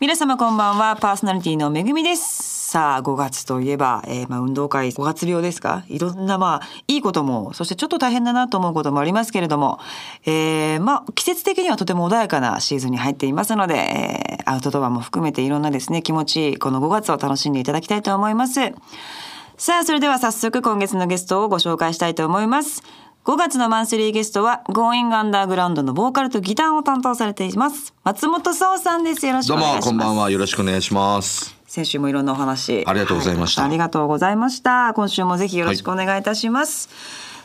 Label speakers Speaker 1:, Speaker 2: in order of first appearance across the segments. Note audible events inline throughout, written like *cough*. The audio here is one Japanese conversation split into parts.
Speaker 1: 皆様こんばんは、パーソナリティのめぐみです。さあ、5月といえば、えーまあ、運動会、5月病ですかいろんな、まあ、いいことも、そしてちょっと大変だなと思うこともありますけれども、えーまあ、季節的にはとても穏やかなシーズンに入っていますので、えーアウトドアも含めていろんなですね、気持ちいい、この5月を楽しんでいただきたいと思います。さあ、それでは早速今月のゲストをご紹介したいと思います。5月のマンスリーゲストは、Going Underground のボーカルとギターを担当されています。松本壮さんです。よろしく
Speaker 2: ど
Speaker 1: お
Speaker 2: う
Speaker 1: 願いしま
Speaker 2: も
Speaker 1: す。
Speaker 2: こんばんはよろしくお願いします。
Speaker 1: 先週もいろんなお話
Speaker 2: ありがとうございました
Speaker 1: ありがとうございました今週もぜひよろしくお願いいたします、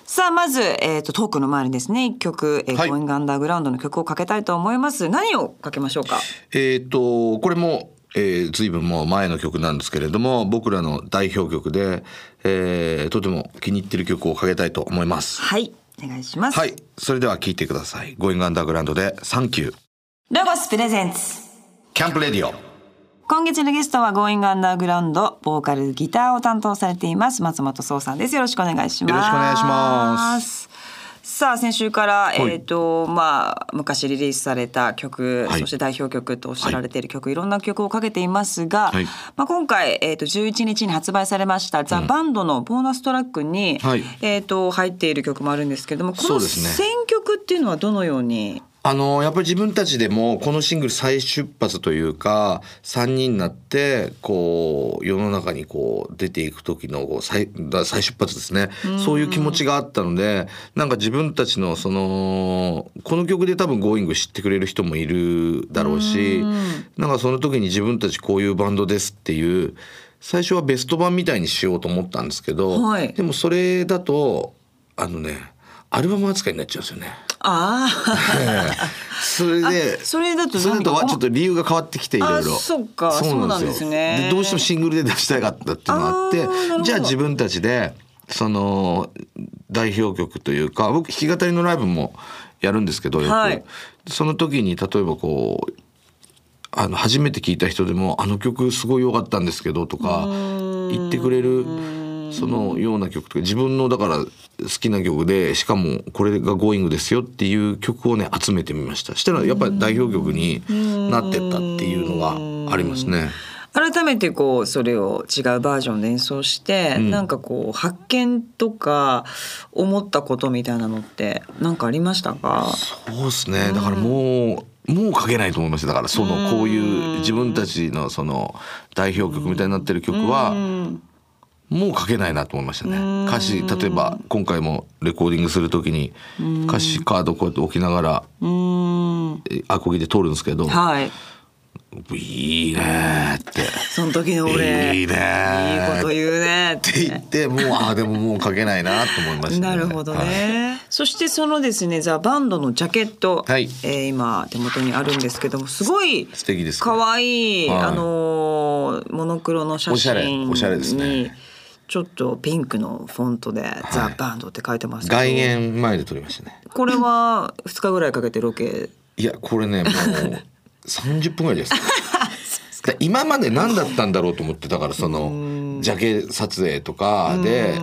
Speaker 1: さあまず、えー、とトークの前にですね一曲「えー
Speaker 2: はい
Speaker 1: Going Underground」の曲をかけたいと思います何をかけましょうか
Speaker 2: えっ、とこれも、えー、随分もう前の曲なんですけれども僕らの代表曲で、えー、とても気に入ってる曲をかけたいと思います。
Speaker 1: はいお願いします、
Speaker 2: はいそれでは聴いてください。ゴイングアンダーグラウンドでサンキュー
Speaker 1: ロゴスプレゼンツ
Speaker 2: キャンプレディオ。
Speaker 1: 今月のゲストは Going Underground ボーカルギターを担当されています松本壮さんですよろしくお願いします
Speaker 2: よろしくお願いします
Speaker 1: さあ先週から、えっ、とまあ昔リリースされた曲、
Speaker 2: はい
Speaker 1: そして代表曲とおっしゃられている曲、い、ろんな曲をかけていますが、
Speaker 2: はい
Speaker 1: まあ今回えっ、と11日に発売されました、ザバンドのボーナストラックに、
Speaker 2: はい
Speaker 1: えっ、と入っている曲もあるんですけども、こ
Speaker 2: そ
Speaker 1: の
Speaker 2: うですね
Speaker 1: 選曲っていうのはどのように
Speaker 2: あのやっぱり自分たちでもこのシングル再出発というか3人になってこう世の中にこう出ていく時のこう再だ再出発ですねそういう気持ちがあったのでなんか自分たちのそのこの曲で多分「Going」知ってくれる人もいるだろうしなんかその時に自分たちこういうバンドですっていう最初はベスト版みたいにしようと思ったんですけど、
Speaker 1: はい
Speaker 2: でもそれだとあのねアルバム扱いになっちゃうんですよね。
Speaker 1: ああ
Speaker 2: それで
Speaker 1: *laughs* あそれだと
Speaker 2: それだとはちょっと理由が変わってきていろいろ
Speaker 1: あそうかそうなんですね
Speaker 2: どうしてもシングルで出したかったっていうのがあって
Speaker 1: あーなるほど
Speaker 2: じゃあ自分たちでその代表曲というか僕弾き語りのライブもやるんですけどよく、
Speaker 1: はい
Speaker 2: その時に例えばこうあの初めて聞いた人でも「あの曲すごい良かったんですけど」とか言ってくれるそのような曲とか自分のだから好きな曲でしかもこれが「Going」ですよっていう曲をね集めてみましたしたらやっぱり代表曲になってったっていうのがありますね。
Speaker 1: 改めてこうそれを違うバージョンで演奏して、
Speaker 2: ん
Speaker 1: なんかこう発見とか思ったことみたいなのってなんかありましたか
Speaker 2: そうですねだからもう、もう書けないと思いますよだからそのこういう自分たちのその代表曲みたいになってる曲は、
Speaker 1: うん
Speaker 2: もう書けないなと思いましたね歌詞例えば今回もレコーディングする時に歌詞カードこうやって置きながら
Speaker 1: うーん
Speaker 2: えアコギで通るんですけど
Speaker 1: はい
Speaker 2: 「いいね」って
Speaker 1: その時
Speaker 2: 「
Speaker 1: の俺
Speaker 2: い
Speaker 1: い
Speaker 2: いね」
Speaker 1: いこと
Speaker 2: っ
Speaker 1: 言うねって
Speaker 2: 言ってもうああでももう書けないなと思いました
Speaker 1: *laughs* なるほどね、
Speaker 2: はい
Speaker 1: そしてそのですねザ・バンドのジャケット、
Speaker 2: はい
Speaker 1: えー今手元にあるんですけどもすごい
Speaker 2: 素敵ですね
Speaker 1: 可愛い
Speaker 2: はい
Speaker 1: あのーモノクロの写真に
Speaker 2: おしゃれおしゃれですね
Speaker 1: ちょっとピンクのフォントで「ザ・バンド」って書いてますけど、
Speaker 2: 外苑前で撮りましたね
Speaker 1: これは2日ぐらいかけてロケ
Speaker 2: いやこれねもう
Speaker 1: *laughs*
Speaker 2: 30分ぐらいですだ今まで何だったんだろうと思ってだからそのジャケ撮影とかで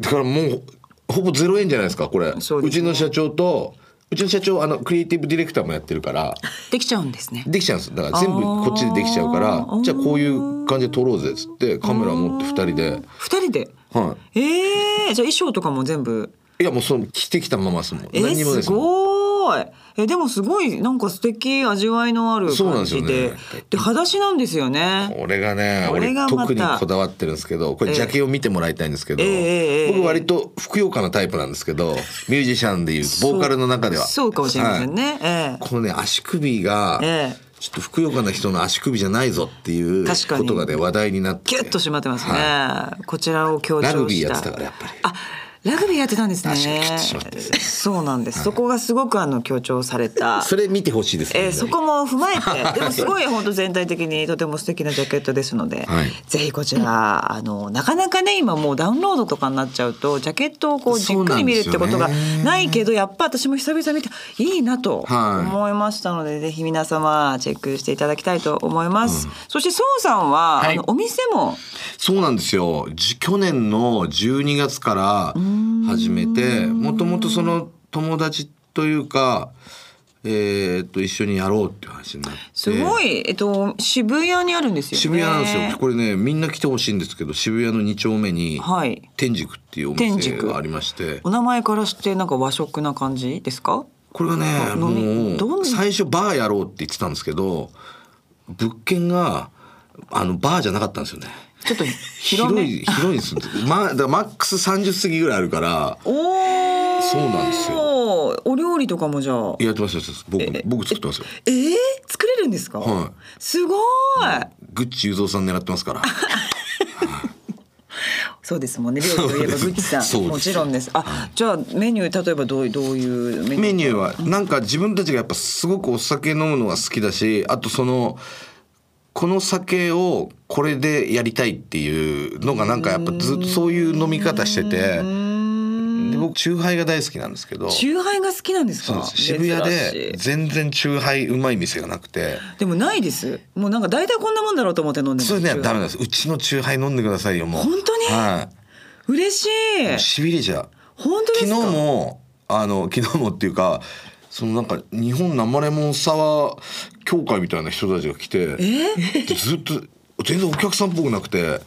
Speaker 2: だからもうほぼゼロ円じゃないですかこれ
Speaker 1: そう
Speaker 2: う,、
Speaker 1: ですね
Speaker 2: ちの社長とうちの社長あのクリエイティブディレクターもやってるから
Speaker 1: できちゃうんですね。
Speaker 2: できちゃうんですだから全部こっちでできちゃうか
Speaker 1: あ
Speaker 2: ら
Speaker 1: ー
Speaker 2: じゃあこういう感じで撮ろうぜっつってカメラ持って2人で
Speaker 1: 2人で
Speaker 2: は
Speaker 1: えー、じゃあ衣装とかも全部
Speaker 2: いいやもうその着てきたままですもん
Speaker 1: え
Speaker 2: 何にも
Speaker 1: ー、
Speaker 2: ですすもん
Speaker 1: ごーいえでもすごいなんか素敵味わいのある
Speaker 2: そうな
Speaker 1: 感
Speaker 2: んです
Speaker 1: じ
Speaker 2: よね
Speaker 1: でで,、裸足なんですよね
Speaker 2: 俺がね
Speaker 1: これ
Speaker 2: 俺
Speaker 1: がまた
Speaker 2: 特にこだわってるんですけどこ
Speaker 1: え
Speaker 2: れ
Speaker 1: え
Speaker 2: ジャケを見てもらいたいんですけど、
Speaker 1: ええええ
Speaker 2: 僕割とふくよかなタイプなんですけどミュージシャンでいうボーカルの中では
Speaker 1: そうそうかもしれませんね、ええ
Speaker 2: このね足首が、
Speaker 1: ええ
Speaker 2: ちょっとふくよかな人の足首じゃないぞっていう
Speaker 1: 確かに
Speaker 2: ことがね話題になって
Speaker 1: ギュッと締まってますね、こちらを強調し
Speaker 2: ラ
Speaker 1: た
Speaker 2: グビーやってたからやっぱり
Speaker 1: あラグビーやってたんですね
Speaker 2: 確かにギュッと締まってる
Speaker 1: そうなんです、そこがすごくあの強調された
Speaker 2: *laughs* それ見てほしいですね、
Speaker 1: えー、そこも踏まえ
Speaker 2: *laughs*
Speaker 1: てでもすごい本当全体的にとても素敵なジャケットですので、
Speaker 2: はい
Speaker 1: ぜひこちらあのなかなかね今もうダウンロードとかになっちゃうとジャケットをこうじっ
Speaker 2: そう
Speaker 1: く
Speaker 2: な
Speaker 1: り
Speaker 2: ん
Speaker 1: 見るっ
Speaker 2: です
Speaker 1: て
Speaker 2: よ
Speaker 1: こ
Speaker 2: ね
Speaker 1: とがないけどやっぱ私も久々見ていいなと
Speaker 2: はい
Speaker 1: 思いましたので、ぜひ皆様チェックしていただきたいと思います。そしてそうさんは、
Speaker 2: はい
Speaker 1: あのお店も
Speaker 2: そうなんですよじ去年の12月から始めてもともとその友達というかえーっと一緒にやろうっていう話になって
Speaker 1: すごい、えっと、渋谷にあるんですよね。
Speaker 2: 渋谷なんですよ、これねみんな来てほしいんですけど渋谷の2丁目に
Speaker 1: はい。
Speaker 2: 天竺っていうお
Speaker 1: 天
Speaker 2: 店
Speaker 1: 竺
Speaker 2: がありまして
Speaker 1: お名前からしてなんか和食な感じですか？
Speaker 2: これがねも
Speaker 1: 飲みど
Speaker 2: うん最初バーやろうって言ってたんですけど物件があのバーじゃなかったんですよね
Speaker 1: ちょっ
Speaker 2: *laughs*
Speaker 1: と広
Speaker 2: 広
Speaker 1: め。
Speaker 2: い広いんですよ、 *laughs* ま、だからマックス30席ぐらいあるから
Speaker 1: おお。
Speaker 2: そうなんです
Speaker 1: よ。お料理とかもじゃあ。
Speaker 2: やってますやってます僕僕作ってますよ
Speaker 1: えー、作れるんですか？
Speaker 2: はい
Speaker 1: すごい。
Speaker 2: グッチ雄三さん狙ってますから *laughs*
Speaker 1: そうですもんね。料理といえば
Speaker 2: そ
Speaker 1: グッ
Speaker 2: うで
Speaker 1: チ
Speaker 2: す
Speaker 1: さ
Speaker 2: そ
Speaker 1: ん。
Speaker 2: うです
Speaker 1: もちろんです。あ、じゃあメニュー例えばどうどういうメニュー？
Speaker 2: メニューはなんか自分たちがやっぱすごくお酒飲むのが好きだしあとそのこの酒をこれでやりたいっていうのがなんかやっぱずっとそういう飲み方しててで僕チューハイが大好きなんですけど
Speaker 1: チューハイが好きなんです
Speaker 2: そう
Speaker 1: か
Speaker 2: なんです渋谷で
Speaker 1: 珍しい
Speaker 2: 全然チューハイうまい店がなくて
Speaker 1: でもないですもうなんか大体こんなもんだろうと思って飲んでます
Speaker 2: それね
Speaker 1: チューハ
Speaker 2: ダ
Speaker 1: イ
Speaker 2: メなんですうちのチューハイ飲んでくださいよもう
Speaker 1: 本当に
Speaker 2: は
Speaker 1: 嬉しい
Speaker 2: いしびれちゃう
Speaker 1: 本当です
Speaker 2: 昨
Speaker 1: か
Speaker 2: 日もあの *laughs* 昨日もっていうかそのなんか日本生レモンサワー協会みたいな人たちが来てでずっと全然お客さんっぽくなくて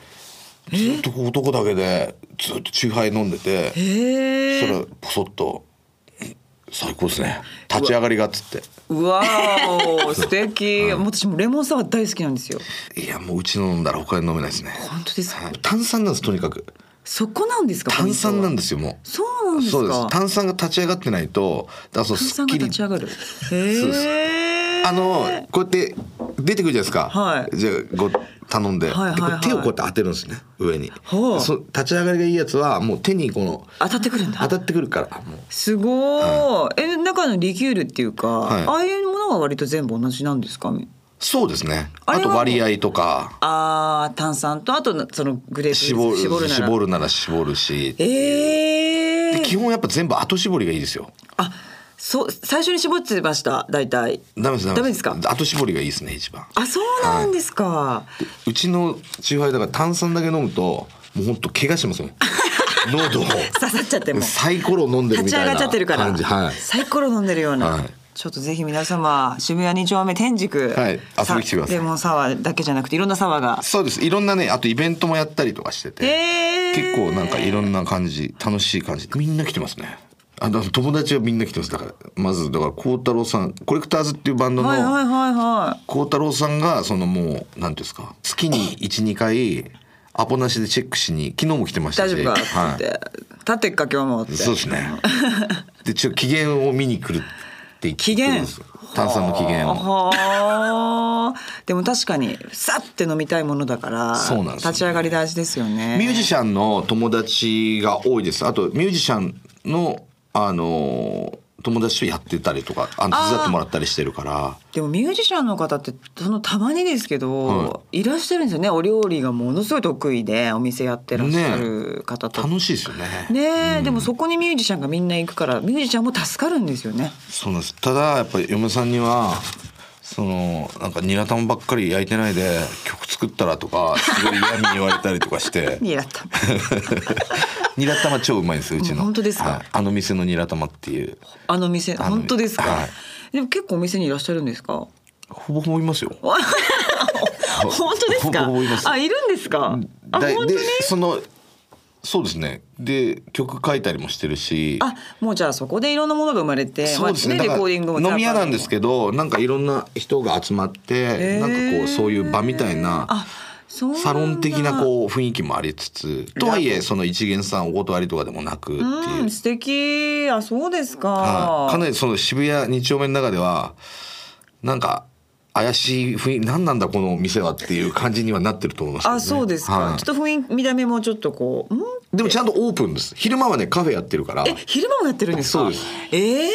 Speaker 2: ずっとこう男だけでずっとチューハイ飲んでて
Speaker 1: えー、
Speaker 2: そしたらポソッと「最高ですね立ち上がりが」っつって
Speaker 1: うわーお
Speaker 2: *laughs*
Speaker 1: 素敵、もう私もレモンサワー大好きなんですよ
Speaker 2: 「いやもううちの飲んだら他に飲めないですね
Speaker 1: 本当ですか」
Speaker 2: 炭酸なんですとにかく
Speaker 1: そこなんですか
Speaker 2: 炭酸なん
Speaker 1: で
Speaker 2: ですよもう。
Speaker 1: そうなんですか
Speaker 2: そうです炭酸が立ち上がってないとだからそう
Speaker 1: 炭
Speaker 2: すっ
Speaker 1: 酸
Speaker 2: き
Speaker 1: が
Speaker 2: り
Speaker 1: 立ち上がる
Speaker 2: そうです
Speaker 1: へえー、
Speaker 2: あのこうやって出てくるじゃないですか、
Speaker 1: はい
Speaker 2: じゃあご頼んで,で、
Speaker 1: はいはいはい
Speaker 2: こう手をこうやって当てるんですね上に
Speaker 1: ほう
Speaker 2: そ立ち上がりがいいやつはもう手にこの
Speaker 1: 当たってくるん
Speaker 2: 当
Speaker 1: だ
Speaker 2: たってくるからもう
Speaker 1: すごーい、え中のリキュールっていうか、
Speaker 2: はい
Speaker 1: ああいうものは割と全部同じなんですか
Speaker 2: そうですね
Speaker 1: あれは
Speaker 2: あと割合とか
Speaker 1: あー炭酸とあとなそのグレープ
Speaker 2: 絞る絞る
Speaker 1: なら
Speaker 2: なら絞るし、
Speaker 1: ええ
Speaker 2: で基本やっぱ全部後絞りがいいですよ
Speaker 1: あそう最初に絞ってました大体
Speaker 2: ダメです
Speaker 1: ダメですか
Speaker 2: 後絞りがいいですね一番
Speaker 1: あそうなんですか、
Speaker 2: うちのチューハイだから炭酸だけ飲むともうほんと怪我します
Speaker 1: *laughs*
Speaker 2: もん喉を
Speaker 1: 刺さっちゃっても
Speaker 2: サイコロ飲んで
Speaker 1: 立
Speaker 2: るみ
Speaker 1: ち
Speaker 2: た
Speaker 1: 上
Speaker 2: い
Speaker 1: が
Speaker 2: な感じ
Speaker 1: っちゃってるから、
Speaker 2: はい
Speaker 1: サイコロ飲んでるような、
Speaker 2: はい
Speaker 1: ちょっとぜひ皆様渋谷二丁目天竺、
Speaker 2: はい遊びに来てください
Speaker 1: レモンサワーだけじゃなくていろんなサワーが
Speaker 2: そうですいろんなねあとイベントもやったりとかしてて、
Speaker 1: えー、
Speaker 2: 結構なんかいろんな感じ楽しい感じみんな来てますねあだから友達はみんな来てますだからまずだから孝太郎さんコレクターズっていうバンド
Speaker 1: はいは
Speaker 2: の
Speaker 1: いはいは
Speaker 2: 孝太郎さんがそのもう何ていうんですか月に12回アポなしでチェックしに昨日も来てま
Speaker 1: い
Speaker 2: した
Speaker 1: 大
Speaker 2: し
Speaker 1: 丈夫かっつって、立ってっか今日もっ
Speaker 2: い、
Speaker 1: て
Speaker 2: そうです
Speaker 1: *laughs*
Speaker 2: ねでちょっと機嫌を見に来るって言って
Speaker 1: 機嫌
Speaker 2: ます炭酸の機嫌を
Speaker 1: はあでも確かにさって飲みたいものだから
Speaker 2: そうなんですよね
Speaker 1: 立ち上がり大事ですよね
Speaker 2: ミュージシャンの友達が多いです。あとミュージシャンのあの友達とやってたりとか、あの
Speaker 1: あー
Speaker 2: 手伝ってもらったりしてるから。
Speaker 1: でもミュージシャンの方ってそのたまにですけど、い、らっしゃるんですよねお料理がものすごい得意でお店やってらっしゃる方とか
Speaker 2: 楽しいですよね。
Speaker 1: ねえ、でもそこにミュージシャンがみんな行くからミュージシャンも助かるんですよね
Speaker 2: そうなんです。ただやっぱり嫁さんには。そのなんかニラ玉ばっかり焼いてないで曲作ったらとかすごい嫌味言われたりとかして
Speaker 1: *laughs* ニラ玉
Speaker 2: ニラ玉超うまいんですようちの
Speaker 1: 本当ですか
Speaker 2: はいあの店のニラ玉っていう
Speaker 1: あの店
Speaker 2: あの
Speaker 1: 本当ですか、
Speaker 2: はい
Speaker 1: でも結構お店にいらっしゃるんですか
Speaker 2: ほぼほぼいますよ
Speaker 1: *laughs* 本当ですか
Speaker 2: ほぼほぼいます
Speaker 1: あいるんですかあ
Speaker 2: だい
Speaker 1: 本当
Speaker 2: で
Speaker 1: に
Speaker 2: そのそうですねで曲書いたりもしてるし
Speaker 1: あもうじゃあそこでいろんなものが生まれて
Speaker 2: そうですね
Speaker 1: まあ
Speaker 2: だか
Speaker 1: レコ
Speaker 2: ら
Speaker 1: ーディングも
Speaker 2: 飲み屋なんですけどなんかいろんな人が集まって
Speaker 1: へー
Speaker 2: なんかこうそういう場みたいな
Speaker 1: あそうなんだ
Speaker 2: サロン的なこう雰囲気もありつつとはいえその一元さんお断りとかでもなくっていう
Speaker 1: うん、素敵あそうですか、
Speaker 2: はいかなりその渋谷二丁目の中ではなんか怪しい雰囲気何なんだこの店はっていう感じにはなってると思いますけど
Speaker 1: あ
Speaker 2: ね
Speaker 1: そうですか、
Speaker 2: はい
Speaker 1: ちょっと雰囲気見た目もちょっとこうん
Speaker 2: でもちゃんとオープンです昼間はねカフェやってるから
Speaker 1: え昼間もやってるんですか
Speaker 2: そうです
Speaker 1: えー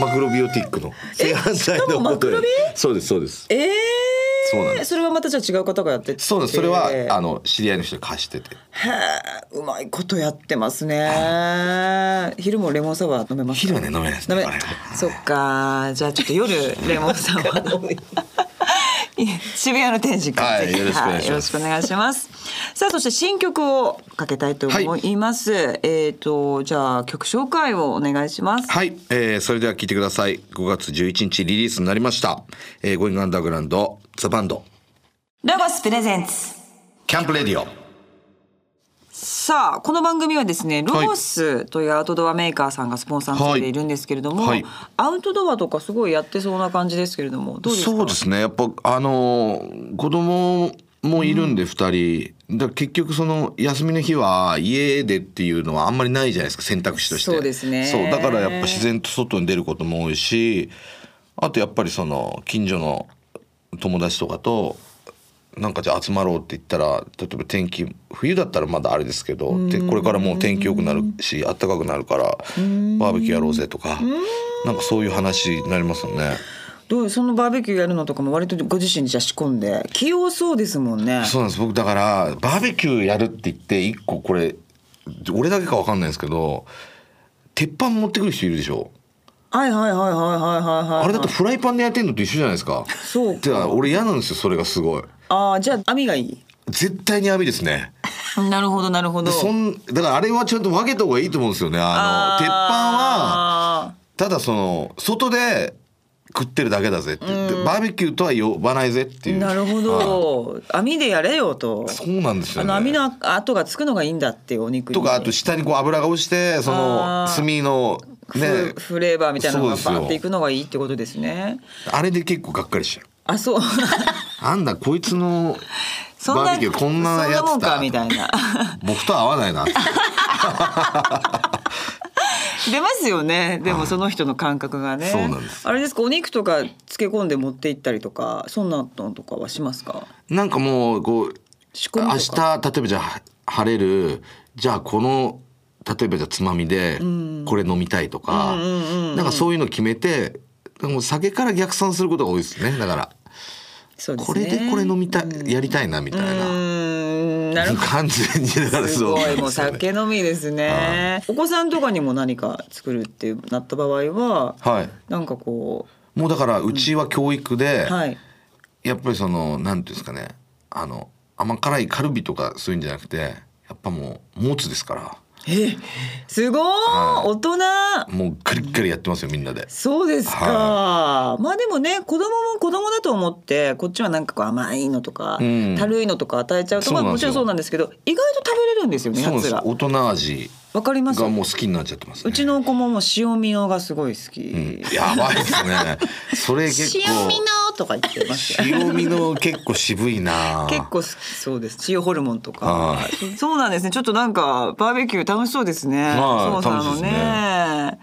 Speaker 2: マクロビオティックの *laughs* 性犯罪
Speaker 1: しかも
Speaker 2: のこ
Speaker 1: マ
Speaker 2: と
Speaker 1: ク
Speaker 2: で
Speaker 1: ロビ
Speaker 2: そうですそうです
Speaker 1: えー
Speaker 2: そうなんで
Speaker 1: それはまたじゃあ違う方がやってて
Speaker 2: そうなんですそれはあ
Speaker 1: の
Speaker 2: の知り合いの人に貸してて
Speaker 1: へーうまいことやってますね昼もレモンサワー飲めますか
Speaker 2: 昼はね飲めないです
Speaker 1: 飲
Speaker 2: ね
Speaker 1: め
Speaker 2: あれ *laughs*
Speaker 1: そっかじゃあちょっと夜レモンサワー渋谷の天神から
Speaker 2: はい
Speaker 1: ぜひ
Speaker 2: よろしくお願いします
Speaker 1: はよろしくお願いしますさあそして新曲をかけたいと思います、えっ、とじゃあ曲紹介をお願いします
Speaker 2: はい、えーそれでは聞いてください5月11日リリースになりました「えー、ゴイングアンダーグラウンドザバンド
Speaker 1: ラゴスプレゼンツ
Speaker 2: キャンプレディオ」
Speaker 1: さあこの番組はですね
Speaker 2: はい
Speaker 1: ロゴスというアウトドアメーカーさんがスポンサーについているんですけれども、
Speaker 2: はいはい
Speaker 1: アウトドアとかすごいやってそうな感じですけれどもどうですか
Speaker 2: そうですねやっぱあのー子供もいるんで2人、だから結局その休みの日は家でっていうのはあんまりないじゃないですか選択肢として
Speaker 1: そうですね
Speaker 2: そうだからやっぱ自然と外に出ることも多いしあとやっぱりその近所の友達とかとなんかじゃあ集まろうって言ったら例えば天気冬だったらまだあれですけどでこれからもう天気良くなるし暖かくなるからバーベキューやろうぜとかなんかそういう話になりますよね。
Speaker 1: どうそのバーベキューやるのとかも割とご自身にじゃあ仕込んで器用そうですもんね
Speaker 2: そうなんです僕だからバーベキューやるって言って一個これ俺だけかわかんないですけど鉄板持ってくる人いるでしょ
Speaker 1: はいはいはいはいはいはいはい
Speaker 2: あれだとフライパンでやってんのと一緒じゃないですか
Speaker 1: そうか
Speaker 2: だから俺嫌なんですよそれがすごい
Speaker 1: ああじゃあ網がいい
Speaker 2: 絶対に網ですね
Speaker 1: なるほどなるほど
Speaker 2: そんだからあれはちゃんと分けた方がいいと思うんですよねあの鉄板は
Speaker 1: は
Speaker 2: ただその外で食ってるだけだぜって言ってバーベキューとは呼ばないぜっていう
Speaker 1: なるほ
Speaker 2: はい
Speaker 1: ど網でやれよと
Speaker 2: そうなんですよ
Speaker 1: あ
Speaker 2: ね
Speaker 1: の網の跡がつくのがいいんだっていうお肉に
Speaker 2: とかあと下にこう油が落ちてその
Speaker 1: あー
Speaker 2: 炭のね
Speaker 1: フフレーバーみたいなのがバ
Speaker 2: そうですよ
Speaker 1: ーっていくのがいいってことですね
Speaker 2: あれで結構がっかりしちゃう
Speaker 1: あ
Speaker 2: *laughs*
Speaker 1: そう
Speaker 2: あんだこいつの
Speaker 1: そん
Speaker 2: バー
Speaker 1: な
Speaker 2: ベキューこんなや
Speaker 1: そんなも
Speaker 2: つ
Speaker 1: んか
Speaker 2: だ
Speaker 1: みたいな *laughs*
Speaker 2: 僕と合わないなって
Speaker 1: 出ますよねでもその人の感覚がね
Speaker 2: そうなんです
Speaker 1: あれですかお肉とか漬け込んで持って行ったりとかそんなのとかはしますか
Speaker 2: なんかもうこう
Speaker 1: 仕込
Speaker 2: 明
Speaker 1: みとか
Speaker 2: 日例えばじゃあ晴れるじゃあこの例えばじゃあつまみでこれ飲みたいとか、なんかそういうの決めてもう酒から逆算することが多いですねだから
Speaker 1: そうです
Speaker 2: こ
Speaker 1: ね
Speaker 2: れでこれ飲みたい、やりたいなみたいうな
Speaker 1: ーんなるほど
Speaker 2: 感じにだから
Speaker 1: す
Speaker 2: そう
Speaker 1: ご
Speaker 2: なん
Speaker 1: い
Speaker 2: ですよね
Speaker 1: もう酒飲みですね。お子さんとかにも何か作るってなった場合は、
Speaker 2: はい
Speaker 1: なんかこ
Speaker 2: もうだからうちは教育で、
Speaker 1: うはい
Speaker 2: やっぱりそのなんていうんですかねあの甘辛いカルビとかそういうんじゃなくてやっぱもうもつですから
Speaker 1: えすごい
Speaker 2: はい
Speaker 1: 大人。
Speaker 2: もうガリッガリやってますよみんなで。
Speaker 1: そうですか、まあでもね子供も子供だと思ってこっちはなんかこう甘いのとか、
Speaker 2: うん
Speaker 1: たるいのとか与えちゃうと
Speaker 2: そう
Speaker 1: まあ
Speaker 2: なん
Speaker 1: も
Speaker 2: です
Speaker 1: ち
Speaker 2: よ
Speaker 1: ろんそうなんですけど意外と食べれるんですよね
Speaker 2: そう
Speaker 1: や
Speaker 2: なん
Speaker 1: つ
Speaker 2: です
Speaker 1: ら
Speaker 2: 大人味
Speaker 1: わかります
Speaker 2: がもう好きになっちゃってます、ね
Speaker 1: うちの子ももう塩味のがすごい好き、
Speaker 2: うんやばいですねそれ結構
Speaker 1: *laughs* 塩味のとか言って
Speaker 2: *laughs*
Speaker 1: ますよ
Speaker 2: 塩味の結構渋いな
Speaker 1: 結構すそうです塩ホルモンとか
Speaker 2: はい
Speaker 1: そそうなんですねちょっとなんかバーベキュー楽しそうですね、
Speaker 2: はい
Speaker 1: そうな
Speaker 2: 楽
Speaker 1: の
Speaker 2: しいです
Speaker 1: ね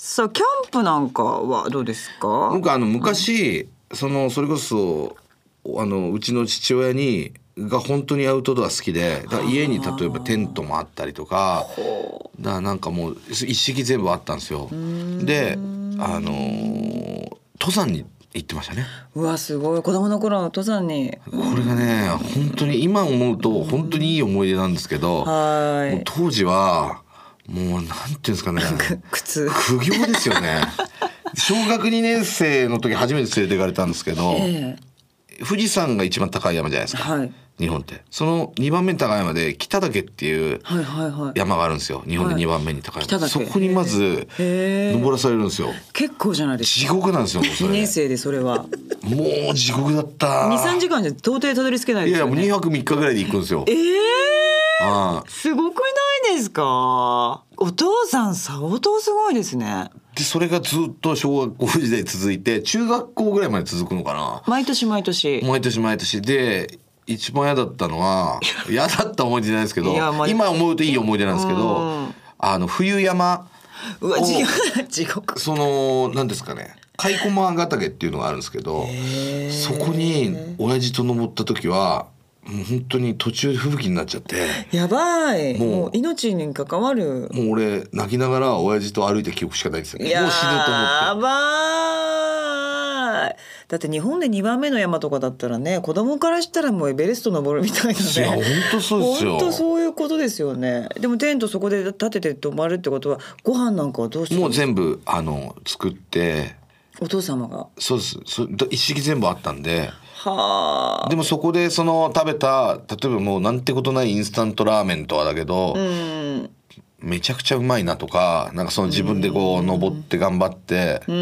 Speaker 1: さあキャンプなんかはどうですか
Speaker 2: 僕あの昔、そのそれこそあのうちの父親にが本当にアウトドア好きでだから家に例えばテントもあったりとかだからなんかもう一式全部あったんですよ。であのー登山に行ってましたね。
Speaker 1: うわすごい子供の頃の登山に
Speaker 2: これがね本当に今思うと本当にいい思い出なんですけど、
Speaker 1: は
Speaker 2: もう
Speaker 1: い
Speaker 2: 当時はもうなんていうんですかね
Speaker 1: 靴
Speaker 2: 苦行ですよ *laughs* ね。小学2年生の時初めて連れて行かれたんですけど、
Speaker 1: え
Speaker 2: 富士山が一番高い山じゃないです
Speaker 1: え
Speaker 2: か、
Speaker 1: はい
Speaker 2: 日本ってその2番目に高い山で北岳っていう
Speaker 1: はいはいはい
Speaker 2: 山があるんですよ日本で
Speaker 1: はい
Speaker 2: 2番目に高い
Speaker 1: 北
Speaker 2: 山、
Speaker 1: 岳
Speaker 2: そこにまず
Speaker 1: へえ
Speaker 2: 登らされるんですよ
Speaker 1: 結構じゃないです
Speaker 2: 地
Speaker 1: か
Speaker 2: 獄なんですよもうそ
Speaker 1: 2
Speaker 2: れ
Speaker 1: 年生でそれは
Speaker 2: もう地獄だった
Speaker 1: 23時間じゃ到底たどり着けない
Speaker 2: い
Speaker 1: で
Speaker 2: やい
Speaker 1: す
Speaker 2: や
Speaker 1: よ
Speaker 2: もう
Speaker 1: ね
Speaker 2: 2泊3日ぐらいで行くんですよ
Speaker 1: ええ
Speaker 2: ああ
Speaker 1: すごくないですかお父さん相当すごいですね
Speaker 2: でそれがずっと小学校時代続いて中学校ぐらいまで続くのかな
Speaker 1: 毎年毎年
Speaker 2: 毎年毎年で一番嫌だったのは嫌だった思い出じゃないですけど
Speaker 1: いやまあ
Speaker 2: 今思うといい思い出なんですけ
Speaker 1: う
Speaker 2: ど
Speaker 1: ん
Speaker 2: あの冬山
Speaker 1: うわ
Speaker 2: お
Speaker 1: 地獄地獄
Speaker 2: その何ですかね甲斐駒ヶ岳っていうのがあるんですけどそこに親父と登った時はもう本当に途中で吹雪になっちゃって
Speaker 1: やばい
Speaker 2: も
Speaker 1: も
Speaker 2: う
Speaker 1: う命に関わる
Speaker 2: もう俺泣きながら親父と歩いた記憶しかないですよね
Speaker 1: や
Speaker 2: もう死ぬと思
Speaker 1: や
Speaker 2: って。
Speaker 1: ばいだって日本で2番目の山とかだったらね子供からしたらもうエベレスト登るみたいない
Speaker 2: や本
Speaker 1: ね
Speaker 2: 当そうですよ
Speaker 1: 本当そういうことですよねでもテントそこで立てて泊まるってことはご飯なんかはどうしてる
Speaker 2: も
Speaker 1: の
Speaker 2: う全部あの作って
Speaker 1: お父様が
Speaker 2: そうですそだ一式全部あったんで
Speaker 1: はあ
Speaker 2: でもそこでその食べた例えばもうなんてことないインスタントラーメンとはだけど、
Speaker 1: うん
Speaker 2: めちゃくちゃうまいなとかなんかその自分でこう登って頑張って、
Speaker 1: う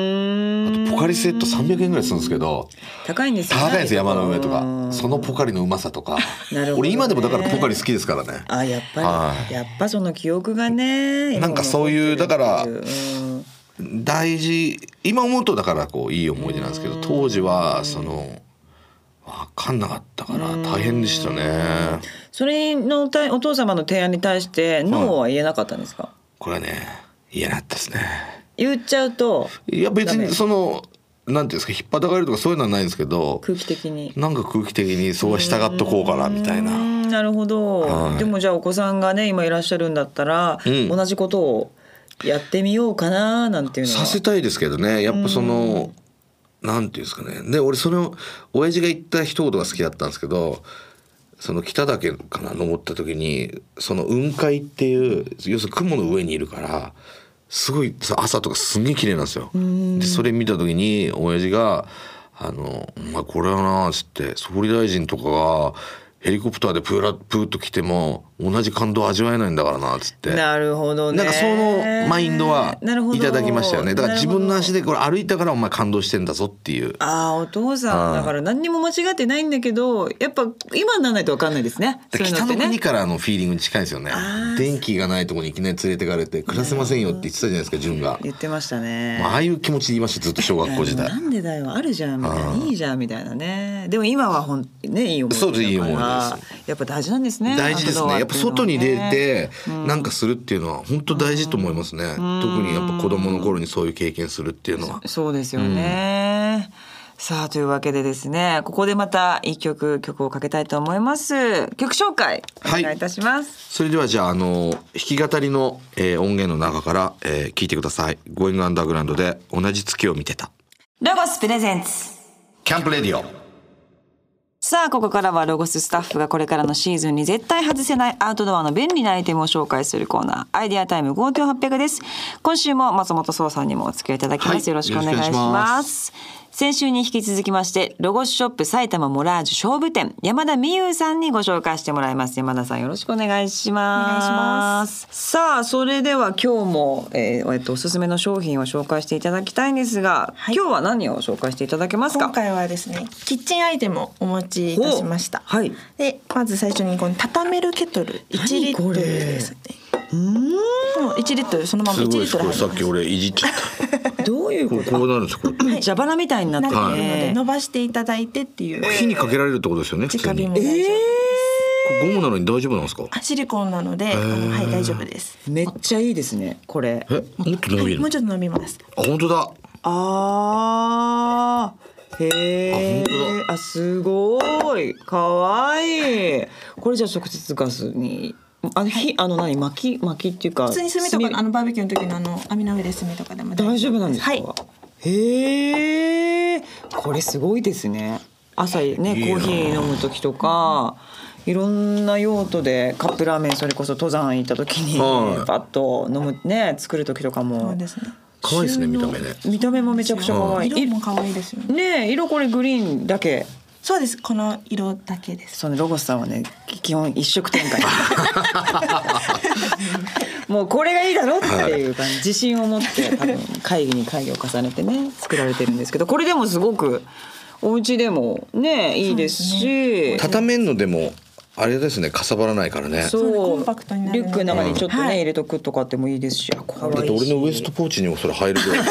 Speaker 1: ーん
Speaker 2: ポカリセット300円ぐらいするんですけど
Speaker 1: 高いんですよ
Speaker 2: 高いんですよ
Speaker 1: ね
Speaker 2: 山の上と
Speaker 1: う
Speaker 2: か
Speaker 1: ん
Speaker 2: そのポカリのうまさとか、
Speaker 1: *laughs* なるほどね
Speaker 2: 俺今でもだからポカリ好きですからね
Speaker 1: あやっぱり、
Speaker 2: は
Speaker 1: やっぱその記憶がね
Speaker 2: なんかそういう
Speaker 1: 今も残って
Speaker 2: だ
Speaker 1: るっていううん
Speaker 2: 大事今思うとだからこういい思い出なんですけど当時はその分かんなかったから大変でしたね
Speaker 1: それのたお父様の提案に対してノーは言えなかったんですか、
Speaker 2: これはね嫌だったですね
Speaker 1: 言っちゃうと
Speaker 2: いや別
Speaker 1: ダメ
Speaker 2: にそのなんていうんですか引っ張たかれるとかそういうのはないんですけど
Speaker 1: 空気的に
Speaker 2: なんか空気的にそうは従っとこうかなみたいうなん
Speaker 1: なるほど、
Speaker 2: はい
Speaker 1: でもじゃあお子さんがね今いらっしゃるんだったら、
Speaker 2: うん
Speaker 1: 同じことをやってみようかななんていうのは
Speaker 2: させたいですけどねやっぱそのなんていうんですかねで俺それを親父が言った一言が好きだったんですけどその北岳かな登った時にその雲海っていう要するに雲の上にいるからすごいそう朝とかすんげえ綺麗なんですよ。でそれ見た時に親父が「あのお前これはな」っつって総理大臣とかがヘリコプターでプーラプーッと来ても同じ感動を味わえないんだからなっつって。
Speaker 1: なるほどね
Speaker 2: なんかそのマインドはいただきましたよね。だから自分の足
Speaker 1: で
Speaker 2: でこれ歩いたからお前感動してんだぞっていう。
Speaker 1: ああお父さ
Speaker 2: うんん
Speaker 1: だから何にも間違ってないんだけどやっぱ今にならないと分かんないですね
Speaker 2: だから
Speaker 1: そういう
Speaker 2: 北
Speaker 1: って
Speaker 2: の
Speaker 1: ね
Speaker 2: 国からのフィーリングに近いですよね
Speaker 1: あー。
Speaker 2: 電気がないところにいきなり連れてかれて暮らせませんよって言ってたじゃないですか、純が。
Speaker 1: 言ってましたね、
Speaker 2: まあああいう気持ちで言いました、ずっと小学校時
Speaker 1: いや
Speaker 2: 代
Speaker 1: でも。なんでだよあるじゃんみたいな
Speaker 2: あー
Speaker 1: いいじゃんみたいなねでも今はほんねいい思い出だから
Speaker 2: そうですいい思い出
Speaker 1: やっぱ大事なんですね
Speaker 2: 大事です
Speaker 1: アウトドアて
Speaker 2: ね。
Speaker 1: い
Speaker 2: やっ
Speaker 1: う
Speaker 2: ぱ
Speaker 1: のは
Speaker 2: 外に出て
Speaker 1: うん
Speaker 2: なんかするっていうのは本当大事と思いますね。特にやっぱ子供の頃にそういう経験するっていうのは。
Speaker 1: そうですよね、さあというわけでですねここでまた一曲曲をかけたいと思います曲紹介お願いいたします、
Speaker 2: それではじゃあ、あの、弾き語りの、えー音源の中から、えー聞いてください。ゴーイングアンダーグラウンドで同じ月を見てた。
Speaker 1: ロゴスプレゼンツ
Speaker 2: キャンプレディオ。
Speaker 1: さあここからはロゴススタッフがこれからのシーズンに絶対外せないアウトドアの便利なアイテムを紹介するコーナーアイデアタイム5.800です今週も松本壮さんにもお付き合いいただきます、
Speaker 2: はい
Speaker 1: よろしくお願いし
Speaker 2: よろしくお願い
Speaker 1: ま
Speaker 2: します
Speaker 1: 先週に引き続きましてロゴスショップ埼玉モラージュ勝負店山田美優さんにご紹介してもらいます山田さんよろしくお願いします
Speaker 3: お願いします
Speaker 1: さあそれでは今日も、えーえっとおすすめの商品を紹介していただきたいんですが、
Speaker 3: はい
Speaker 1: 今日は何を紹介していただけますか
Speaker 3: 今回はですねキッチンアイテムをお持ちいたしました
Speaker 1: おはい
Speaker 3: でまず最初にこの畳めるケトル1リットルですねもう1リットルそのまます1
Speaker 2: ごい
Speaker 3: リ
Speaker 2: で
Speaker 3: ッ
Speaker 2: す
Speaker 3: ト
Speaker 2: これさっ
Speaker 3: ル入って
Speaker 2: き
Speaker 3: ま
Speaker 2: 俺いじっちゃった
Speaker 1: どういう
Speaker 2: こ
Speaker 1: こ
Speaker 2: う
Speaker 1: と
Speaker 2: こうなるんですよこれ
Speaker 3: はい
Speaker 1: 蛇腹みたいになって
Speaker 3: す
Speaker 1: る
Speaker 3: なっているので
Speaker 1: ね。
Speaker 3: 伸ばしていただいてっていう
Speaker 2: 火にかけられるってことですよね普通
Speaker 3: 直
Speaker 2: に
Speaker 3: 火
Speaker 2: こ
Speaker 3: も
Speaker 2: れ
Speaker 3: 大丈夫
Speaker 1: え
Speaker 2: ゴムなのに大丈夫なんですか
Speaker 3: あシリコンなのであのはい大丈夫です
Speaker 1: ーめっちゃいいですね。これ
Speaker 2: え。もっと伸
Speaker 3: は
Speaker 2: び
Speaker 3: い
Speaker 2: る
Speaker 3: も
Speaker 2: の
Speaker 3: うちょっと伸びます
Speaker 2: あ本当だ
Speaker 1: ああ。へえ
Speaker 2: あ本。
Speaker 1: あすごい。かわいい。これじゃあ直接ガスに。あの火あの何薪薪っていうか。
Speaker 3: 普通に炭とかのあ
Speaker 1: 炭
Speaker 3: のバーベキューの時のあの網の上で炭とかでも
Speaker 1: 大丈夫なんですか。
Speaker 3: はい
Speaker 1: へえ。これすごいですね。朝ね
Speaker 2: いい
Speaker 1: コ
Speaker 2: な
Speaker 1: ーヒー飲む時とか。いろんな用途でカップラーメンそれこそ登山行った時に
Speaker 2: はい
Speaker 1: パッと飲むね作る時とかも
Speaker 3: そうですね
Speaker 2: 可愛いですね見た目ね
Speaker 1: 見た目もめちゃくちゃ可愛い。
Speaker 3: 色も可愛いですよね
Speaker 1: ねえ色これグリーンだけ。
Speaker 3: そうですこの色だけです
Speaker 1: そのロゴスさんはねき基本一色展開。もうこれがいいだろっていう感じ自信を持って多分会議に会議を重ねてね作られてるんですけどこれでもすごくお家でもねいいですし。
Speaker 2: 畳めんのでもあれですねかさばらないからね
Speaker 1: そう
Speaker 3: コンパクトにな
Speaker 1: リ
Speaker 3: る
Speaker 1: ュ
Speaker 3: ので
Speaker 1: ックの中にちょっとね、
Speaker 3: はい
Speaker 1: 入れとくとかってもいいですしあ可
Speaker 2: だっ
Speaker 1: 愛
Speaker 2: て
Speaker 1: い
Speaker 2: 俺
Speaker 1: し
Speaker 2: のウエストポーチにもそれ入るぐらい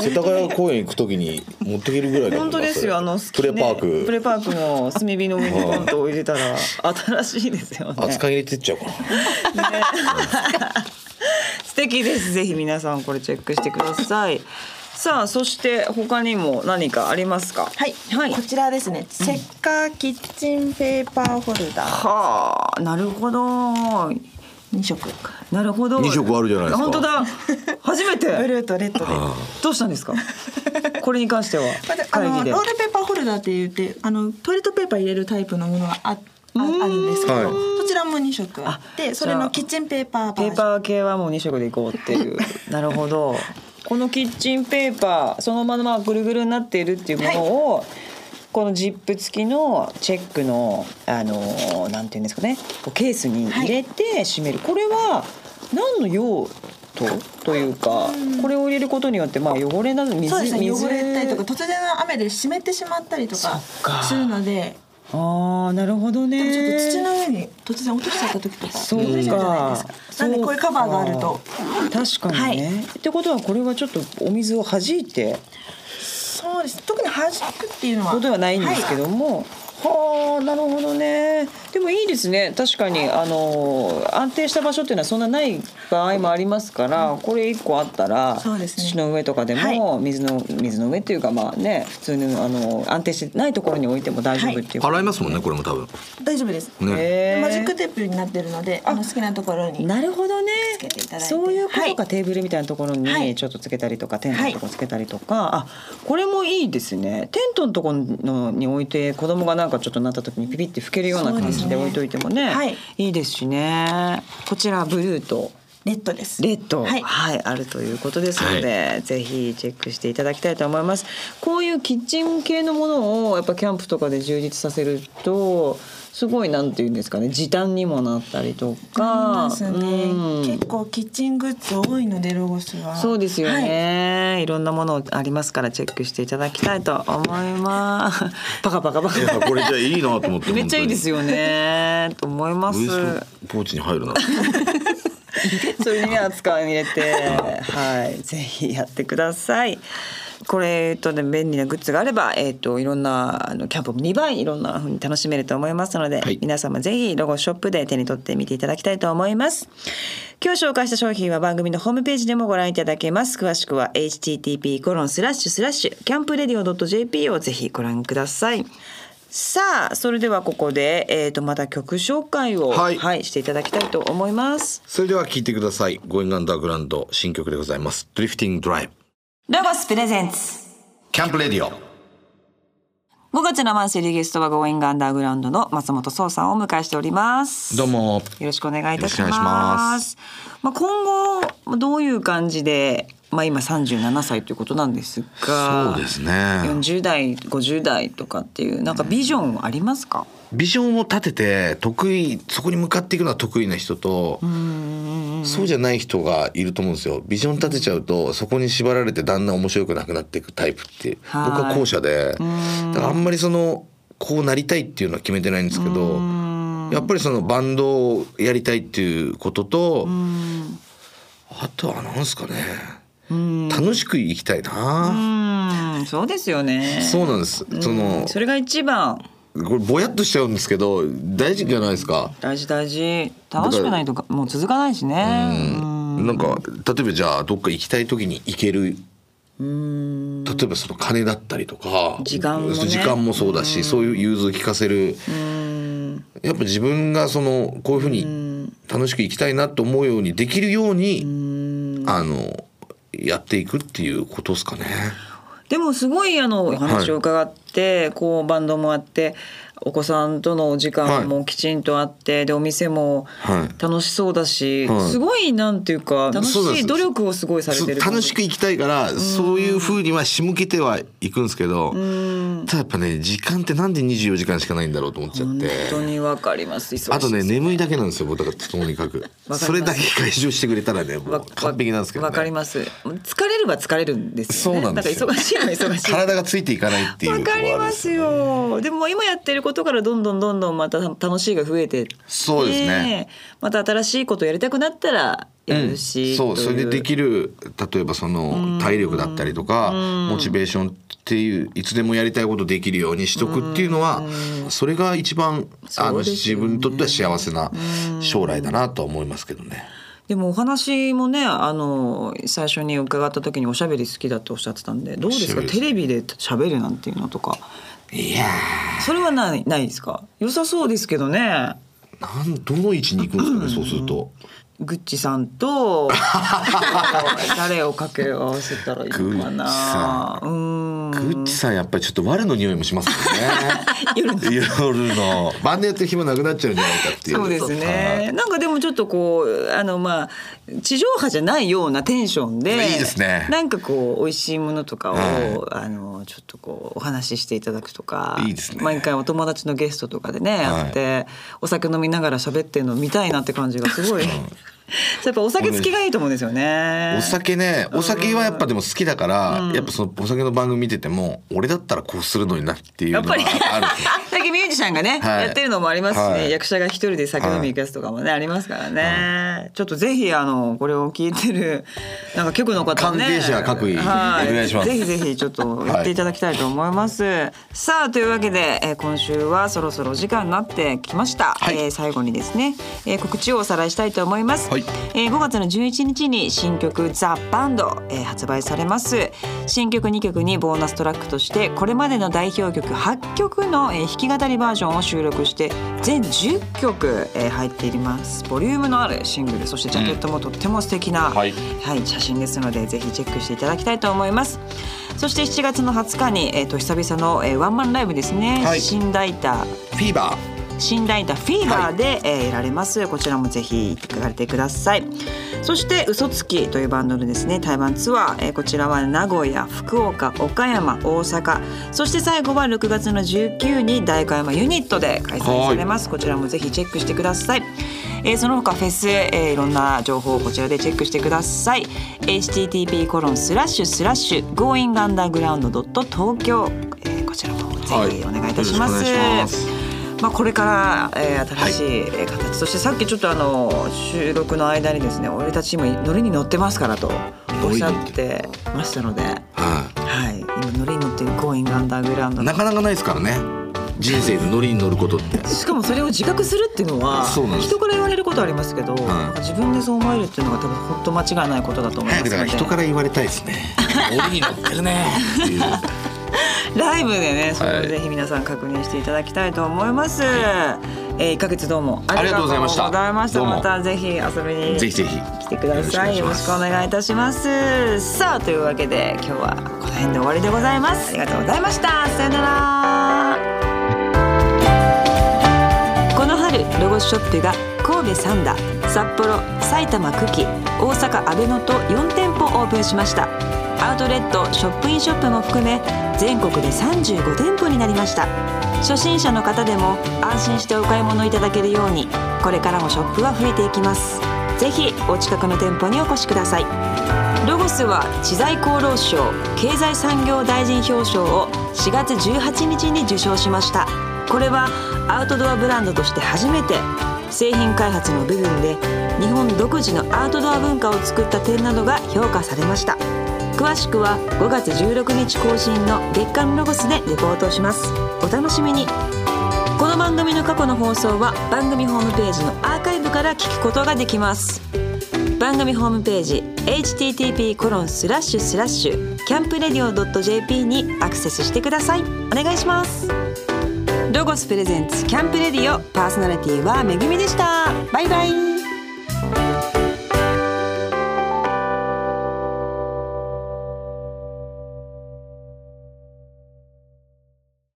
Speaker 2: 世田谷公園行く時に持ってけるぐらいだも
Speaker 1: 本
Speaker 2: んな
Speaker 1: 当ですよあ
Speaker 2: それ
Speaker 1: の
Speaker 2: プレパー
Speaker 1: ねプレ
Speaker 2: ク
Speaker 1: パークの炭火の上にポンと置いてたら新しいですよね
Speaker 2: 扱い入れてっちゃうかな
Speaker 1: 素敵ですぜひ皆さんこれチェックしてくださいさあそして他にも何かありますか
Speaker 3: はい、
Speaker 1: はい
Speaker 3: こちらですね、セッカーキッチンペーパーホルダー
Speaker 1: はあなるほど
Speaker 3: 2色
Speaker 1: なるほど
Speaker 2: 二色あるじゃないですか
Speaker 1: 本当
Speaker 3: *laughs*
Speaker 1: だ初め
Speaker 3: ブ
Speaker 1: て
Speaker 3: ルーとレッドで
Speaker 1: どうしたんですかこれに関して
Speaker 3: *laughs*
Speaker 1: は
Speaker 3: またあ
Speaker 1: 会議
Speaker 3: の
Speaker 1: で
Speaker 3: ロールペーパーホルダーって言ってあのトイレットペーパー入れるタイプのものがあああるんですけど、
Speaker 2: はい
Speaker 3: そちらも2色あって
Speaker 1: あ
Speaker 3: それのキッチンペーパーバー
Speaker 1: ペ
Speaker 3: ジョ
Speaker 1: ー
Speaker 3: ン
Speaker 1: パー系はもう2色でいこうっていう
Speaker 3: *laughs*
Speaker 1: なるほどこのキッチンペーパーそのままぐるぐるになっているっていうものを、このジップ付きのチェックのあのなんていうんですかねこうケースに入れて閉める、これは何の用途というか、
Speaker 3: うん
Speaker 1: これを入れることによってまあ汚れなど水
Speaker 3: そうですね
Speaker 1: 水
Speaker 3: 汚れたりとか突然の雨で湿ってしまったりとか
Speaker 1: そっか
Speaker 3: するので
Speaker 1: ああなるほど
Speaker 3: で
Speaker 1: ね
Speaker 3: もちょっと土の上に突然落としちゃった時とか
Speaker 1: そう
Speaker 3: 汚れちゃうじゃないですか
Speaker 1: か
Speaker 3: なんでこういうカバーがあると
Speaker 1: 確かにね、ってことはこれはちょっとお水を弾いて
Speaker 3: そうです特に弾くっていうのは
Speaker 1: ことはないんですけども、はあなるほどねでもいいですね確かにあの安定した場所っていうのはそんなない場合もありますから、これ一個あったら、
Speaker 3: そうですね
Speaker 1: 土の上とかでも、
Speaker 3: は
Speaker 1: 水の水の上っていうかまあね普通のあの安定してないところに置いても大丈夫っていうこと、
Speaker 2: 洗いますもんねこれも多分
Speaker 3: 大丈夫です
Speaker 2: ね
Speaker 1: へえ
Speaker 3: マジックテープになってるのであの好きなところに
Speaker 1: なるほどね
Speaker 3: つけていただいて
Speaker 1: そういうことか、
Speaker 3: はい
Speaker 1: テーブルみたいなところ
Speaker 3: はい
Speaker 1: にちょっとつけたりとかテントのところつけたりとか、あこれもいいですねテントのところのに置いて子供がなんかちょっとなった時にピピって拭けるような感じ
Speaker 3: そう
Speaker 1: です
Speaker 3: でね
Speaker 1: 置いといてもね
Speaker 3: はい
Speaker 1: いいですしねこちらブルーと
Speaker 3: レッドです
Speaker 1: レッド、は
Speaker 3: はいい
Speaker 1: あるということですので、ぜひチェックしていただきたいと思いますこういうキッチン系のものをやっぱキャンプとかで充実させるとすごいなんていうんですかね時短にもなったりと
Speaker 3: あ
Speaker 1: か
Speaker 3: りますね
Speaker 1: うん
Speaker 3: 結構キッチングッズ多いのでロゴスは
Speaker 1: そうですよね、い、ろんなものありますからチェックしていただきたいと思い
Speaker 3: *laughs*
Speaker 1: ます。パカパカパ
Speaker 2: いや
Speaker 1: カ。
Speaker 2: これじゃあいいなと思って
Speaker 1: めっちゃいいです
Speaker 2: よ
Speaker 1: よねと思います
Speaker 2: ウ。エストポーチに入るな *laughs*
Speaker 1: それにね扱いに入れて、はい、ぜひやってください。これとね便利なグッズがあれば、えっ、といろんなあのキャンプも2倍いろんな風に楽しめると思いますので、
Speaker 2: はい
Speaker 1: 皆様ぜひロゴショップで手に取ってみていただきたいと思います。今日紹介した商品は番組のホームページでもご覧いただけます。詳しくは http コロンスラッシュスラッシュキャンプレディオ .jp をぜひご覧ください。さあそれではここで、えっとまた曲紹介を、
Speaker 2: はい
Speaker 1: はい、していただきたいと思います。
Speaker 2: それでは聴いてください「Going Underground」新曲でございます「Drifting Drive
Speaker 1: ロゴスプレゼンツ」
Speaker 2: キャンプレディオ
Speaker 1: 5月のマンスリーゲストはゴーイングアンダーグラウンドの松本壮さんをお迎えしております
Speaker 2: どうも
Speaker 1: よろしくお願いいたし
Speaker 2: よろしくお願
Speaker 1: ま
Speaker 2: いします
Speaker 1: まあ今後どういう感じでまあ今37歳ということなんですが
Speaker 2: そうです
Speaker 1: 四
Speaker 2: ね
Speaker 1: 十40代50代とかっていうなんかビジョンありますか
Speaker 2: ビジョンを立てて得意そこに向かっていくのは得意な人とそうじゃない人がいると思うんですよビジョン立てちゃうとそこに縛られてだんだん面白くなくなっていくタイプって僕
Speaker 1: はい
Speaker 2: は後者でだからあんまりそのこうなりたいっていうのは決めてないんですけどやっぱりそのバンドをやりたいっていうこととあとは何ですかね楽しく生きたいな
Speaker 1: うんそうですよね
Speaker 2: そうなんですその
Speaker 1: それが一番
Speaker 2: これぼやっとしちゃうんですけど大事じゃないですか
Speaker 1: 大事大事楽しくないとかもう続かないしねうん
Speaker 2: なんか例えばじゃあどっか行きたい時に行ける例えばその金だったりとか
Speaker 1: 時間もね
Speaker 2: 時間もそうだしそういう融通を利かせるやっぱ自分がそのこういうふうに楽しく生きたいなと思うようにできるようにあのやっていくっていうことですかね。
Speaker 1: でもすごいあのお話を伺って、こうバンドもあってお子さんとのお時間もきちんとあって、でお店も
Speaker 2: はい
Speaker 1: 楽しそうだし、
Speaker 2: はい
Speaker 1: すごいなんていうか楽
Speaker 2: そうな
Speaker 1: し
Speaker 2: んで
Speaker 1: い
Speaker 2: す
Speaker 1: 努力をすごいされてる
Speaker 2: 楽しく生きたいからそういうふうには仕向けてはいくんですけどただやっぱね時間ってなんで24時間しかないんだろうと思っちゃっ
Speaker 1: 本
Speaker 2: て。
Speaker 1: 当にわかります忙しい
Speaker 2: あとね眠いだけなんですよ僕だからとにかく
Speaker 1: ます
Speaker 2: それだけ解消してくれたらねも
Speaker 1: わ
Speaker 2: う完璧なんですけど、ね、
Speaker 1: わかります疲れれば疲れるんですよね
Speaker 2: そうなんですよ
Speaker 1: だから忙しいのは忙しい
Speaker 2: 体がついていかないっていう
Speaker 1: わ
Speaker 2: ところ
Speaker 1: か
Speaker 2: はあ
Speaker 1: り
Speaker 2: るん
Speaker 1: ま
Speaker 2: です
Speaker 1: よ。でも今やってることからどんどんどんどんまた楽しいが増えてって
Speaker 2: そうですね。
Speaker 1: また新しいことやりたくなったらやるし、
Speaker 2: そう
Speaker 1: とい
Speaker 2: それでできる例えばその体力だったりとかモチベーションっていういつでもやりたいことできるようにしとくっていうのはそれが一番あ
Speaker 1: そ
Speaker 2: の
Speaker 1: うです
Speaker 2: 自分にとっては幸せな将来だなとは思いますけどね。
Speaker 1: でもお話もねあの最初に伺った時におしゃべり好きだっておっしゃってたんでどうですか
Speaker 2: おしゃべり好き
Speaker 1: テレビでしゃべるなんていうのとか
Speaker 2: いや
Speaker 1: それはないないですか良さそうですけどね
Speaker 2: ーなんどの位置に行くんですかねそうすると。
Speaker 1: グッチさん
Speaker 2: *laughs*
Speaker 1: と誰を掛け合わせたらいいのか
Speaker 2: グッチさ
Speaker 1: なうーん
Speaker 2: グッチさんやっぱりちょっと悪の匂いもしますよね夜の晩年やってる暇なくなっちゃうんじゃないかっていう
Speaker 1: そうです
Speaker 2: はい
Speaker 1: ね。なんかでもちょっとこうあのまあ地上波じゃないようなテンションで、
Speaker 2: いいですね
Speaker 1: なんかこう美味しいものとかを、
Speaker 2: はい
Speaker 1: あのちょっとこうお話ししていただくとか、
Speaker 2: いいですね
Speaker 1: 毎回お友達のゲストとかでね、
Speaker 2: はい
Speaker 1: やってお酒飲みながら喋ってるの見たいなって感じがすごい。 *laughs* やっぱお酒付きがいいと思うんですよね。
Speaker 2: お酒ねお酒はやっぱでも好きだから、やっぱそのお酒の番組見てても俺だったらこうするのになっていうのがある
Speaker 1: やっ *laughs* 最近ミュージシャンがね、
Speaker 2: はい
Speaker 1: やってるのもありますし、ね
Speaker 2: はい
Speaker 1: 役者が一人で酒飲み行くやつとかもね、ありますからね、ちょっとぜひあのこれを聞いて
Speaker 2: *laughs*
Speaker 1: るなんか局の方ね
Speaker 2: 関係者各位
Speaker 1: はい
Speaker 2: お願いします
Speaker 1: ぜひぜひちょっとやっていただきたいと思います、さあというわけで、えー今週はそろそろ時間になってきました、
Speaker 2: はい
Speaker 1: えー最後にですね、えー告知をおさらいしたいと思います、
Speaker 2: はい
Speaker 1: えー5月の11日に新曲「ザ・バンド、えー発売されます新曲2曲にボーナストラックとしてこれまでの代表曲8曲の、えー弾き語りバージョンを収録して全10曲、えー入っていますボリュームのあるシングルそしてジャケットもとっても素敵な、
Speaker 2: はい
Speaker 1: はい、写真ですのでぜひチェックしていただきたいと思いますそして7月の20日に、えー、と久々の、えーワンマンライブですね、
Speaker 2: はい
Speaker 1: 新ライター
Speaker 2: フィーバー
Speaker 1: 新ライターフィーバーで、えーやられますこちらもぜひ行かれてくださいそして嘘つきというバンドのですね台湾ツアー、えーこちらは名古屋福岡岡山大阪そして最後は6月の19に大岡山ユニットで開催されますこちらもぜひチェックしてくださいえーその他フェス、えーいろんな情報をこちらでチェックしてください http コロンスラッシュスラッシュ goingunderground.tokyo、えーこちらもぜひお願いいたします,、
Speaker 2: はいよろしくお願いします
Speaker 1: まあ、これから、えー新しいえー形、そしてさっきちょっとあの収録の間にですね俺たち今乗りに乗ってますからとおっしゃってましたので、
Speaker 2: は
Speaker 1: はい、今乗りに乗ってる「ゴーイングアンダーグラウンド
Speaker 2: いなかなかないですからね人生でノリに乗ることって
Speaker 1: しかもそれを自覚するっていうのは
Speaker 2: そうなんです
Speaker 1: 人から言われることありますけど、
Speaker 2: い
Speaker 1: 自分でそう思えるっていうのが多分本当間違いないことだと思い
Speaker 2: 早
Speaker 1: ま
Speaker 2: く
Speaker 1: す
Speaker 2: だか
Speaker 1: の
Speaker 2: ら人か
Speaker 1: で
Speaker 2: ら言われたいです
Speaker 1: *laughs*
Speaker 2: ね俺に乗ってるねっていう
Speaker 1: ライブでねそれ
Speaker 2: は
Speaker 1: を
Speaker 2: い
Speaker 1: ぜひ皆さん確認していただきたいと思います、えー、1ヶ月どうも
Speaker 2: ありがとうございました
Speaker 1: ありがとうございました
Speaker 2: どうも
Speaker 1: またぜひ遊びに
Speaker 2: ぜひぜひ
Speaker 1: 来てくださいよろしくお願いいたしますさあというわけで今日はこの辺で終わりでございますありがとうございましたさよならこの春ロゴスショップが神戸三田札幌埼玉久喜大阪阿部野と4店舗オープンしましたアウトレットショップインショップも含め全国で35店舗になりました初心者の方でも安心してお買い物いただけるようにこれからもショップは増えていきますぜひお近くの店舗にお越しくださいロゴスは知財厚労省経済産業大臣表彰を4月18日に受賞しましたこれはアウトドアブランドとして初めて製品開発の部分で日本独自のアウトドア文化を作った点などが評価されました詳しくは5月16日更新の月刊ロゴスでレポートをしますお楽しみにこの番組の過去の放送は番組ホームページのアーカイブから聞くことができます番組ホームページ http コロンスラッシュスラッシュキャンプレディオ .jp にアクセスしてくださいお願いしますロゴスプレゼンツキャンプレディオパーソナリティはめぐみでしたバイバイ